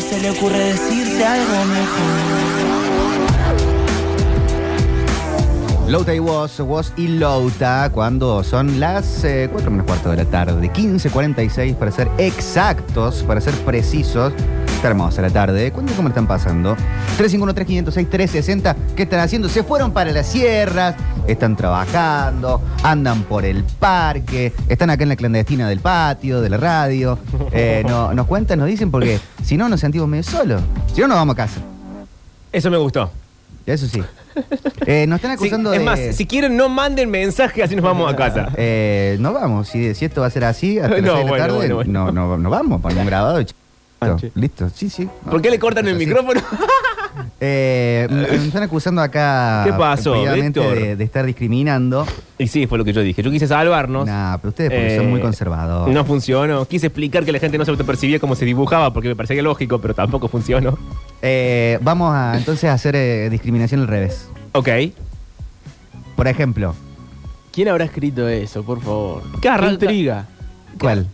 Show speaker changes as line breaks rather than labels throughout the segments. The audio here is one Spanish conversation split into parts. se le ocurre decirte algo mejor.
Louta y Woz, Woz y Louta, cuando son las eh, 4 menos cuarto de la tarde, 15.46 para ser exactos, para ser precisos. Está hermosa la tarde. ¿Cuánto cómo están pasando? 351 356 360 ¿Qué están haciendo? Se fueron para las sierras, están trabajando, andan por el parque, están acá en la clandestina del patio, de la radio. Eh, no, nos cuentan, nos dicen, porque si no nos sentimos medio solos. Si no, nos vamos a casa.
Eso me gustó.
Eso sí. Eh, nos están acusando
Si-
de...
Es más, si quieren, no manden mensaje, así nos vamos a casa.
Eh, no vamos, si, si esto va a ser así, hasta las
No,
seis de la
bueno,
tarde,
bueno, bueno.
No, no, no vamos, ponemos grabado. y ch-
Ah,
Listo,
sí.
listo, sí, sí.
¿Por qué le cortan el
Así.
micrófono?
Eh, me me están acusando acá.
¿Qué pasó,
previamente
Víctor?
de, de estar discriminando.
y sí, fue lo que yo dije. Yo quise salvarnos.
Nah, pero ustedes porque son
Eh,
muy conservadores.
No funcionó. Quise explicar que la gente no se autopercibía como se dibujaba, porque me parecía lógico, pero tampoco funcionó.
Eh, vamos a entonces a hacer eh, discriminación al revés.
Ok. Eh,
Por ejemplo,
¿Quién habrá escrito eso, por favor?
¿Qué arranca?
intriga?
¿cuál?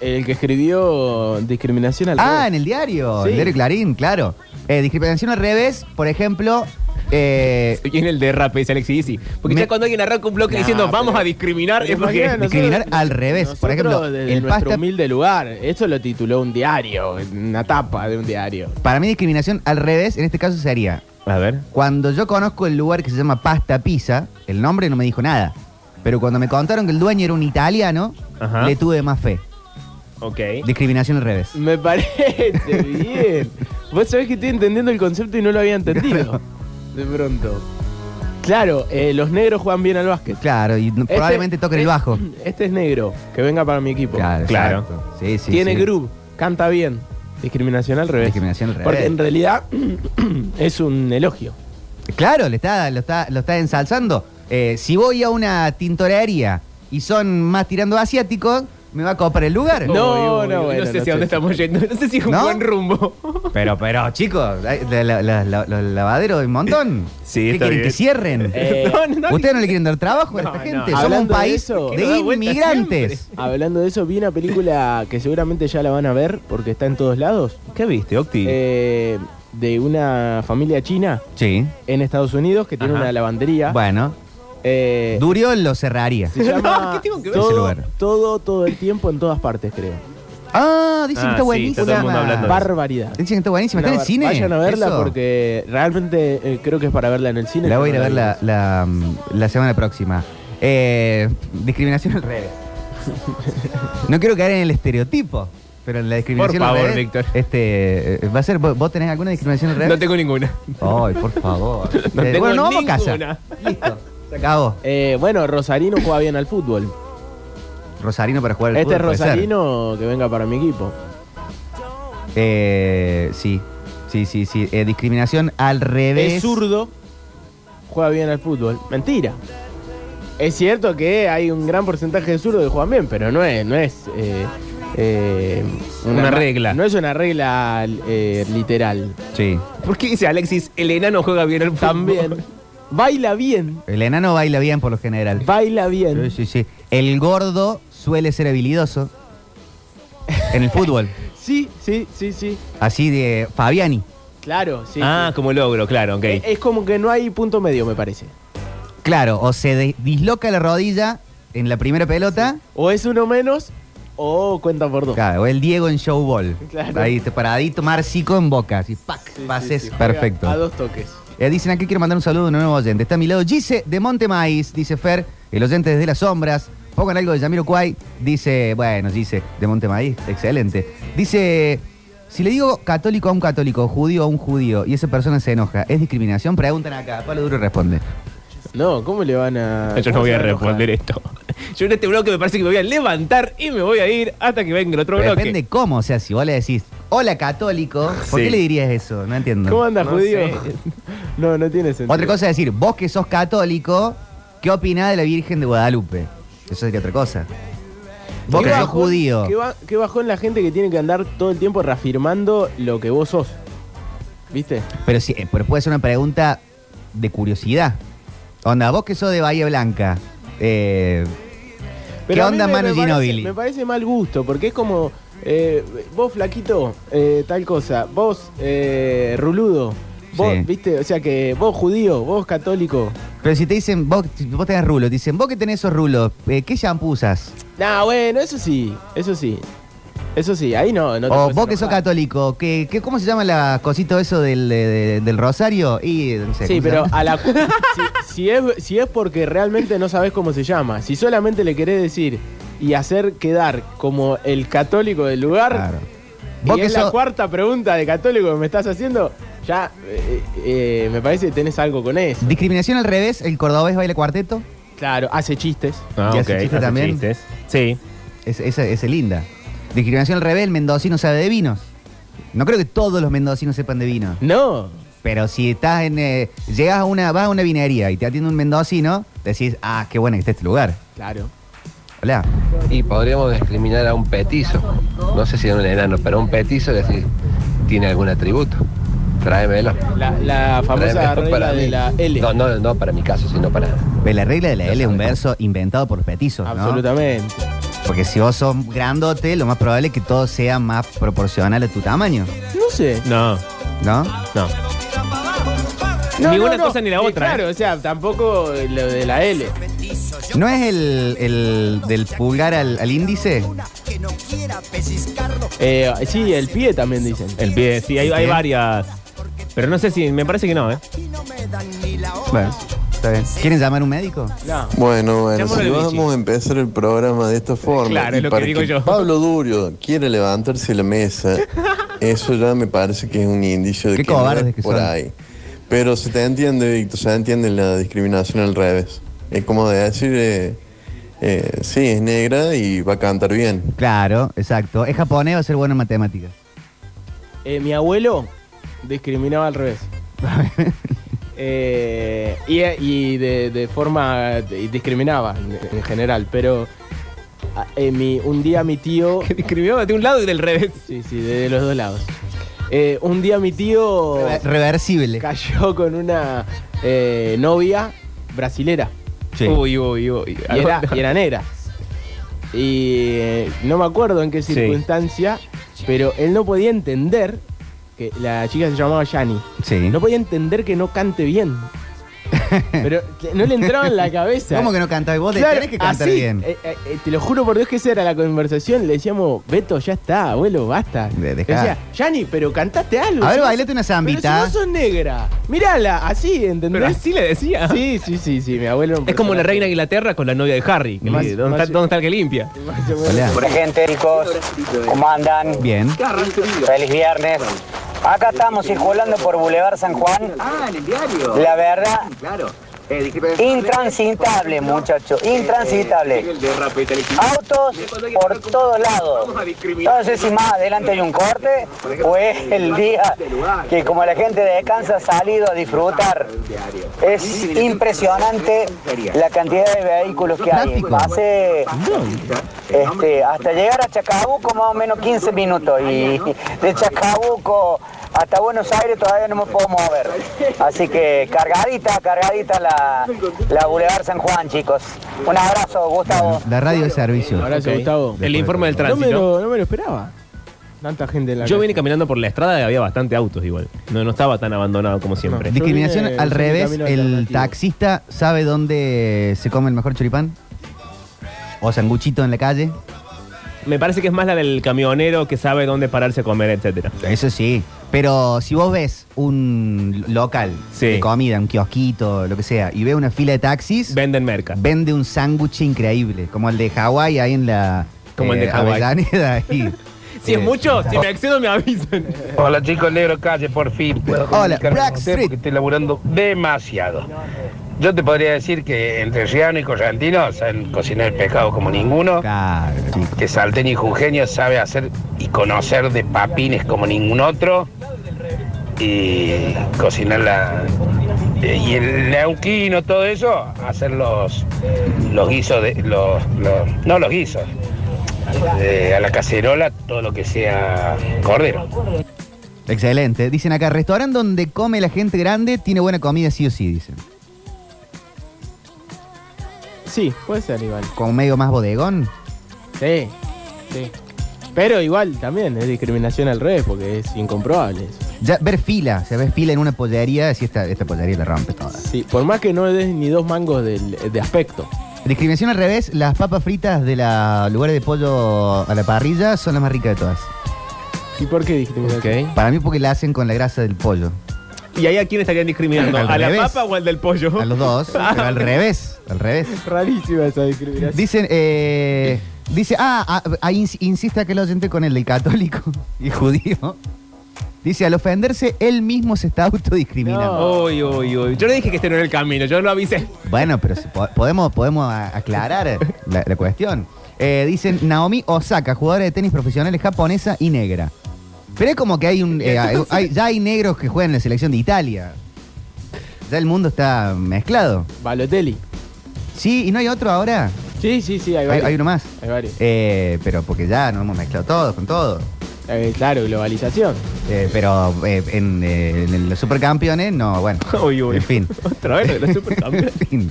El que escribió discriminación al
Ah,
revés.
en el diario,
Sí.
el diario Clarín, claro. Eh, discriminación al revés, por ejemplo, eh,
Soy en el derrape, dice Alexis Dizzy. Porque
Me-
ya cuando alguien arranca un bloque
Nah,
diciendo vamos
pero-
a discriminar,
Pero
es porque.
imagínate,
discriminar
nosotros-
al revés. Por
nosotros
ejemplo,
desde
el
nuestro
pasta-
humilde lugar. Esto lo tituló un diario, una tapa de un diario.
para mí discriminación al revés en este caso sería
A ver.
Cuando yo conozco el lugar que se llama Pasta Pizza, el nombre no me dijo nada. Pero cuando me contaron que el dueño era un italiano,
Ajá.
le tuve más fe.
Ok.
Discriminación al revés.
Me parece bien. Vos sabés que estoy entendiendo el concepto y no lo había entendido. De pronto. Claro, eh, los negros juegan bien al básquet.
Claro, y no-
Este-
probablemente toquen el
eh,
bajo.
Este es negro, que venga para mi equipo.
Claro.
exacto. Sí, sí,
Tiene
sí.
groove, canta bien. Discriminación al revés.
Discriminación al
Porque
revés.
en realidad es un elogio.
Claro, le está, lo, está, lo está ensalzando. Eh, si voy a una tintorería y son más tirando asiáticos, ¿me va a copar el lugar?
No, no,
No
bueno,
sé
no
si a dónde
sé.
estamos yendo. No sé si es un
¿No?
buen rumbo.
Pero, pero, chicos, hay- la- la- la- la- los lavaderos hay un montón.
Sí,
¿Qué
está
quieren
bien.
que cierren?
Eh,
No, no, no.
Ustedes no le quieren dar trabajo a
No,
esta
no.
gente. Somos un
Hablando de
país de,
eso,
que no da vuelta
inmigrantes.
Hablando de eso, vi una película que seguramente ya la van a ver porque está en todos lados.
¿Qué viste, Octi?
eh, de una familia china
Sí.
en Estados Unidos que tiene
Ajá.
una lavandería.
Bueno,
Eh,
Durio lo cerraría.
se
No,
llama
¿qué tengo que ver?
todo,
Ese lugar.
todo, todo el tiempo en todas partes, creo.
Ah, dicen
Ah,
que
sí,
está buenísima.
está todo el mundo hablando de eso.
Barbaridad.
Dicen que está buenísima. ¿Está Ah. en
Una
el cine?
bar- Vayan a verla
Eso.
porque realmente eh, creo que es para verla en el
La
cine. pero
voy a ir a
no
ver la,
vi.
la, mm, la semana próxima. Eh, discriminación al revés. No quiero caer en el estereotipo, pero en la discriminación
Por
al
favor,
revés,
Víctor.
Este, eh, va a ser, ¿vos vos tenés alguna discriminación al revés?
No tengo ninguna.
Ay, por favor.
No
Eh,
tengo
bueno, no vamos a
ninguna.
casa. Listo. Se acabó.
Eh, bueno, Rosarino juega bien al fútbol.
Rosarino para jugar al
Este es
fútbol, puede ser.
Rosarino que venga para mi equipo.
Eh, sí, sí, sí, sí. Eh, discriminación al revés.
Es zurdo, juega bien al fútbol. Mentira. Es cierto que hay un gran porcentaje de zurdos que juegan bien, pero no es, no es eh, eh,
Una regla.
No es una regla eh, literal.
Sí.
¿Por qué dice Alexis, el enano juega bien al fútbol?
También. Baila bien.
El enano baila bien por lo general.
Baila bien.
Sí, sí, sí. El gordo suele ser habilidoso en el fútbol.
Sí, sí, sí, sí.
Así de Fabiani.
Claro, sí. Eh,
Ah,
sí.
como logro, claro, ok.
Es- Es como que no hay punto medio, me parece.
Claro, o se de- disloca la rodilla en la primera pelota.
O es uno menos o cuenta por dos.
Claro, o el Diego en showball.
Claro.
Ahí te paradito, marcico en boca. Así, pac,
Sí, sí,
pases.
sí, juega
Perfecto.
A dos toques.
Eh, dicen aquí quiero mandar un saludo a un nuevo oyente. Está a mi lado Gise de Montemaíz, dice Fer, el oyente desde las sombras. Pongan algo de Yamiro Cuay, dice, bueno, Gise de Montemaíz, excelente. Dice, si le digo católico a un católico, judío a un judío, y esa persona se enoja, ¿es discriminación? Preguntan acá, Pablo Duro responde.
No, ¿cómo le van a.?
Yo no
cómo
voy
se
a
van enojar?
responder esto. Yo en este bloque me parece que me voy a levantar y me voy a ir hasta que venga el otro bloque.
Depende cómo, o sea, si vos le decís, hola católico, ¿por
Sí.
qué le dirías eso? No entiendo.
¿Cómo anda,
No
judío?
sé.
No, no tiene sentido.
Otra cosa es decir, vos que sos católico, ¿qué opinás de la Virgen de Guadalupe? Eso sería otra cosa. Vos
¿Qué
que sos
bajón-
judío.
Qué, ba- qué bajón la gente que tiene que andar todo el tiempo reafirmando lo que vos sos. ¿Viste?
Pero, sí, eh, pero puede ser una pregunta de curiosidad. Onda, vos que sos de Bahía Blanca, eh,
Pero a mí
onda
me-
Manu
me parece-
Ginóbili?
Me parece mal gusto, porque es como eh, vos flaquito, eh, tal cosa, vos eh, ruludo, vos,
Sí.
viste, o sea que vos judío, vos católico.
Pero si te dicen, vos, vos tenés rulos, te dicen, vos que tenés esos rulos, eh, ¿qué shampoo usas?
Nah, bueno, eso sí, eso sí. Eso sí, ahí no, no te
o
puedes
vos que sos
enojar.
católico, ¿qué, qué, cómo se llama la cosito eso del, de- de- del rosario? Y, no sé,
Sí,
¿cómo se
pero
llama?
a la, si, si es, si es porque realmente no sabes cómo se llama, si solamente le querés decir y hacer quedar como el católico del lugar,
Claro.
y es la
sos-
cuarta pregunta de católico que me estás haciendo, ya eh, eh, me parece que tenés algo con eso.
Discriminación al revés, el cordobés baila cuarteto.
Claro, hace chistes.
Ah,
¿Y
ok.
hace chiste
hace
también?
chistes. Sí.
Es, es, es linda. Discriminación al revés, el mendocino sabe de vinos. No creo que todos los mendocinos sepan de vino.
No.
Pero si estás en. eh, llegas a una. Vas a una vinería y te atiende un mendocino, decís, ah, qué bueno que está este lugar.
Claro.
Hola.
Y podríamos discriminar a un petizo. No sé si era un enano, pero un petizo que sí tiene algún atributo. Tráemelo.
La, la famosa
Tráemelo
regla de
mí.
la L.
No, no, no para mi caso, sino para.
Pero la regla de la L es un verso inventado por los petizos, ¿no?
Absolutamente.
Porque si vos sos grandote, lo más probable es que todo sea más proporcional a tu tamaño,
No sé.
No,
¿no?
no.
No,
Ni
no,
una
no.
cosa ni la
Sí,
otra,
Claro, o sea, tampoco lo de la L.
¿No es el, el del pulgar al, al índice?
Eh, sí, el pie también dicen.
El pie, sí, hay, hay
¿Sí?
varias. Pero no sé si, me parece que no, ¿eh?
Bueno, está bien. ¿Quieren llamar a un médico?
No.
Bueno, bueno,
Llamémoslo
si
al
vamos
bichi.
a empezar el programa de esta forma,
claro, es
y
lo que
para
digo yo.
Pablo Durio quiere levantarse de la mesa, eso ya me parece que es un indicio de
Qué
que no
cobardes
es
que
por
son.
ahí. Pero se te entiende, Víctor, se entiende la discriminación al revés. Es como de decir, eh, eh, sí, es negra y va a cantar bien.
Claro, exacto. Es japonés, va a ser bueno en matemáticas.
Eh, mi abuelo discriminaba al revés. Eh, y y de, de forma. y discriminaba en, en general, pero. ah, eh, mi- un día mi tío.
Discriminaba de un lado y del revés.
Sí, sí, de, de los dos lados. Eh, un día mi tío
Rever- Reversible.
cayó con una eh, novia brasilera.
Sí.
Uy, uy, uy.
y era, y era negra. Y eh, no me acuerdo en qué
Sí.
circunstancia, pero él no podía entender que la chica se llamaba Yani.
Sí.
No podía entender que no cante bien. Pero que no le entraba en la cabeza.
¿Cómo que no cantas? Vos
Claro,
tenés que cantar
así,
bien.
eh, eh, eh, te lo juro por Dios que esa era la conversación. Le decíamos, Beto, ya está, abuelo, basta.
De-
Le
dejá.
decía, Yani, pero cantaste algo.
A ver,
Si vos-
bailate una zambita.
Pero si vos sos negra, mírala, así, ¿entendés?
Pero así le decía.
Sí, sí, sí, sí, mi abuelo. era un
Es como la
personaje.
reina de Inglaterra con la novia de Harry. que
Más-
le- ¿dónde,
más-
está, dónde está el que limpia?
Más o menos.
Hola.
Hola gente, chicos, ¿cómo andan?
Bien.
Feliz viernes. Acá estamos circulando por Boulevard San Juan. La verdad, intransitable, muchachos, intransitable. Autos por todos lados. No sé si más adelante hay un corte o es el día que como la gente descansa ha salido a disfrutar. Es impresionante la cantidad de vehículos que hay.
Tráfico.
Pasé este, hasta llegar a Chacabuco más o menos 15 minutos y de Chacabuco hasta Buenos Aires todavía no me puedo mover. Así que cargadita, cargadita la, la Boulevard San Juan, chicos. Un abrazo, Gustavo.
La radio de servicio.
Abrazo,
Ok.
Gustavo.
El informe del
No me,
tránsito.
lo, no me lo esperaba. Tanta gente en la
Yo
calle.
vine caminando por la estrada y había bastante autos igual. No, no estaba tan abandonado como siempre.
No.
Discriminación
Yo vine-
al
yo vine
revés.
camino
El
alternativo.
taxista sabe dónde se come el mejor choripán. O sanguchito en la calle.
Me parece que es más la del camionero que sabe dónde pararse a comer, etcétera.
Eso sí. Pero si vos ves un local
Sí.
de comida, un kiosquito, lo que sea, y ve una fila de taxis,
Venden merca.
vende un sándwich increíble. Como el de Hawái ahí en la. eh,
Como el de Hawái.
Avellaneda. y-
Si
eh,
es mucho, si me accedo me avisen.
Hola chicos, Negro Calle, por fin. Puedo
Hola,
comunicarme
Black
con ustedes
Street.
Porque estoy laburando demasiado. Yo te podría decir que entre Riano y Correntino saben cocinar el pescado como ninguno.
Claro, chico.
Que Salteño y Jujeño sabe hacer y conocer de papines como ningún otro. Y cocinar la. eh, Y el neuquino, todo eso, hacer los, los guisos de. Los, los- no los guisos. Eh, a la cacerola, todo lo que sea cordero.
Excelente. Dicen acá, restaurante donde come la gente grande tiene buena comida sí o sí, dicen.
Sí, puede ser igual.
Como medio más bodegón.
Sí. Sí. Pero igual también es discriminación al revés porque es incomprobable. eso.
Ya, ver fila, se ve fila en una pollería, si esta, esta pollería la rompe toda.
Sí, por más que no des ni dos mangos del- de aspecto.
Discriminación al revés, las papas fritas de los lugares de pollo a la parrilla son las más ricas de todas.
¿Y por qué discriminación?
Para mí porque la hacen con la grasa del pollo.
¿Y ahí a quién estarían discriminando?
Al
¿A la
revés.
papa o al del pollo?
A los dos, pero al revés, al revés.
Rarísima esa discriminación.
Dicen, eh, dice, ah, ah, ah, ins- insiste aquel oyente con el del católico y judío. Dice, al ofenderse, él mismo se está autodiscriminando.
Uy, uy, uy. Yo le dije que este no era el camino, yo lo avisé.
Bueno, pero si po- podemos, podemos a- aclarar la, la cuestión. Eh, dicen Naomi Osaka, jugadora de tenis profesional japonesa y negra. Pero es como que hay un. eh, hay- ya hay negros que juegan en la selección de Italia. Ya el mundo está mezclado.
Balotelli.
Sí, y no hay otro ahora.
Sí, sí, sí, hay
Hay,
varios.
hay uno más.
Hay varios.
Eh, pero porque ya nos hemos mezclado todos con todo.
Eh, claro, globalización.
Eh, pero eh, en, eh, en los supercampeones, no, bueno.
Uy, uy.
En fin.
Otra vez, lo supercampeón.
En fin.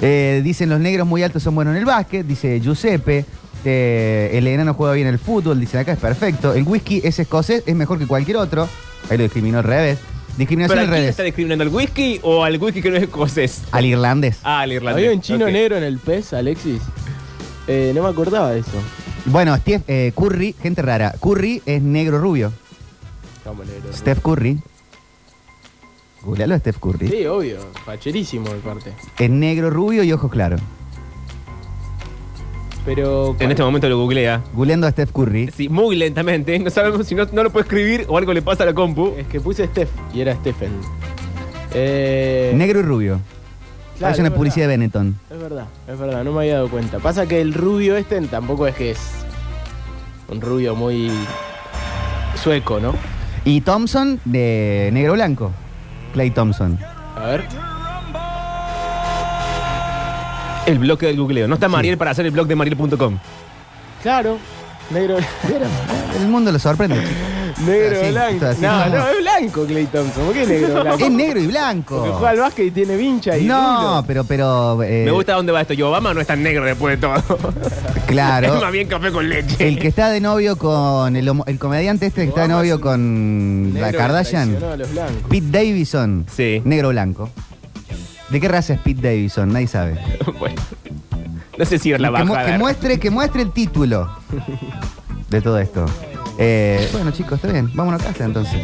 Eh, dicen los negros muy altos son buenos en el básquet, dice Giuseppe. Eh, el enano juega bien el fútbol, dicen acá es perfecto. El whisky es escocés, es mejor que cualquier otro. Ahí lo discriminó al revés. Discriminación
¿Pero a
al
quién
revés.
está discriminando? ¿Al whisky o al whisky que no es escocés?
Al irlandés.
Ah, al irlandés.
Había un chino
Ok.
negro en el pez, Alexis. Eh, no me acordaba de eso.
Bueno, Steph eh, Curry, gente rara. Curry es negro rubio.
Estamos negros.
Steph Curry. Googlealo, Steph Curry.
Sí, obvio. Facherísimo de parte.
Es negro rubio y ojos claros.
Pero.
En este momento lo googlea.
Googleando a Steph Curry.
Sí, muy lentamente. No sabemos si no, no lo puede escribir o algo le pasa a la compu.
Es que puse Steph y era Stephen. Eh,
Negro y rubio.
claro,
Parece una
es
publicidad de
verdad.
Benetton.
Es verdad, es verdad, no me había dado cuenta. Pasa que el rubio este tampoco es que es un rubio muy sueco, ¿no?
Y Thompson de negro blanco. Clay Thompson.
A ver.
El bloque del googleo. No está Mariel para hacer el blog de mariel.com.
Claro, negro,
El mundo lo sorprende.
negro
Así,
blanco.
todo así.
No, no, es blanco Clay Thompson. ¿Por qué es negro blanco?
Es negro y
Porque juega
blanco.
al básquet y tiene vincha y
No,
rulo.
pero, pero. eh,
Me gusta dónde va esto. Y Obama no es tan negro después de todo. Es
Claro.
más bien café con leche.
El que está de novio con. El, homo- el comediante este que está de
Obama es
novio
un
con. La
Negro
Kardashian.
traicionó a los blancos.
Pete Davidson.
Sí.
Negro blanco. ¿De qué raza es Pete Davidson? Nadie sabe.
Bueno. No sé si es la
que, mu- que
bajada.
muestre, que muestre el título de todo esto. Eh, bueno, chicos, está bien. Vámonos a casa entonces.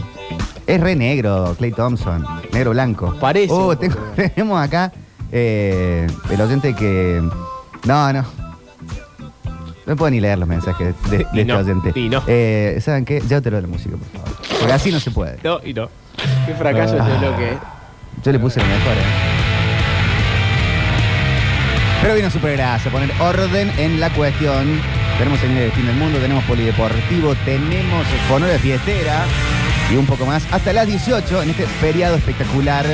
Es re negro, Clay Thompson. Negro blanco.
Parece
Oh,
un
tengo-
poco.
tenemos acá eh, el oyente que. No, no. No puedo ni leer los mensajes de, de
Y
este
no,
oyente.
y no.
Eh, ¿Saben qué? Ya te lo de la música, por favor. Porque así no se puede.
No, y no.
Qué fracaso
Ah.
este bloque. eh.
Yo le puse lo mejor, ¿eh? Pero vino Supergrasa a poner orden en la cuestión. Tenemos el de fin del mundo, tenemos polideportivo, tenemos de fiestera y un poco más. Hasta las 18 en este feriado espectacular,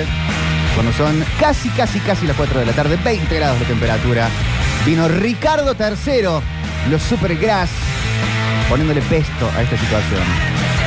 cuando son casi, casi, casi las 4 de la tarde, 20 grados de temperatura. Vino Ricardo III, los Supergras, poniéndole pesto a esta situación.